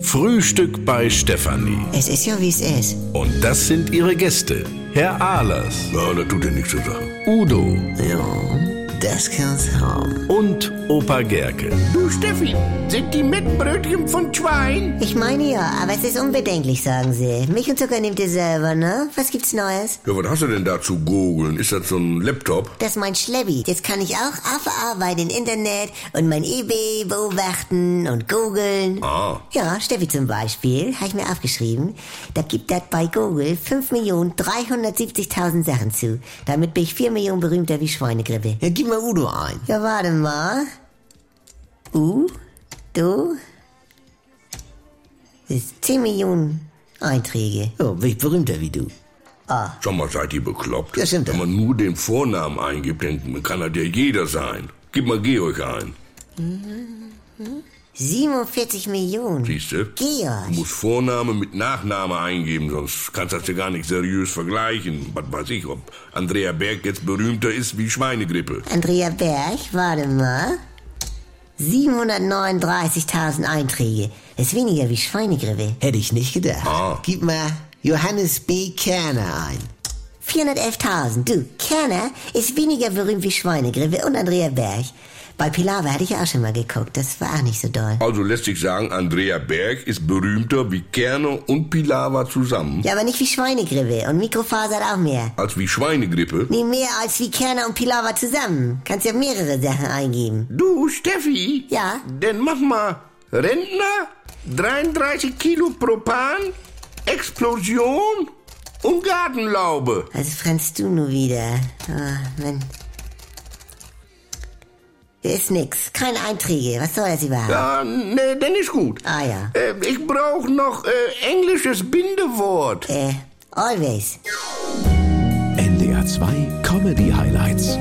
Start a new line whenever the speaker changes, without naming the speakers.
Frühstück bei Stefanie.
Es ist ja, wie es ist.
Und das sind ihre Gäste. Herr Ahlers,
Ja, das tut dir nichts zu sagen.
Udo
Ja, das kann's haben.
und Opa Gerke.
Du Steffi, sind die Mettbrötchen von Schwein?
Ich meine ja, aber es ist unbedenklich, sagen sie. Milch und Zucker nehmt ihr selber, ne? Was gibt's Neues?
Ja, was hast du denn da zu googeln? Ist das so ein Laptop?
Das ist mein Schleppi. Jetzt kann ich auch auf Arbeit im Internet und mein eBay beobachten und googeln.
Ah.
Ja, Steffi zum Beispiel, habe ich mir aufgeschrieben. Da gibt das bei Google 5.370.000 Sachen zu. Damit bin ich 4 Millionen berühmter wie Schweinegrippe.
Ja, gib mal Udo ein.
Ja, warte mal. U, du. Das ist 10 Millionen Einträge.
Ja, bin ich berühmter wie du.
Sag mal, seid ihr bekloppt?
Ja, stimmt.
Wenn man nur den Vornamen eingibt, dann kann das ja jeder sein. Gib mal Georg ein.
47 Millionen.
Siehst du? Du
Georg.
musst Vorname mit Nachname eingeben, sonst kannst du das ja gar nicht seriös vergleichen. Was weiß ich, ob Andrea Berg jetzt berühmter ist wie Schweinegrippe.
Andrea Berg, warte mal. 739.000 Einträge. Das ist weniger wie Schweinegrippe.
Hätte ich nicht gedacht.
Ah.
Gib mal Johannes B. Kerner ein.
411.000. Du, Kerner ist weniger berühmt wie Schweinegrippe und Andrea Berg. Bei Pilawa hatte ich ja auch schon mal geguckt. Das war auch nicht so doll.
Also lässt sich sagen, Andrea Berg ist berühmter wie Kerner und Pilawa zusammen,
Ja, aber nicht wie Schweinegrippe. Und Mikrofaser hat auch mehr.
als wie Schweinegrippe.
Nee, mehr als wie Kerner und Pilawa zusammen. Kannst ja mehrere Sachen eingeben.
Du Steffi?
Ja.
Dann mach mal Rentner, 33 Kilo Propan, Explosion und Gartenlaube.
Also frennst du nur wieder. Ah, Mann. Hier Ist nix. Keine Einträge. Was soll das überhaupt?
Ja, ne, dann ist gut.
Ah ja.
Äh, ich brauch noch äh, englisches Bindewort.
Äh, always.
NDR 2 Comedy Highlights.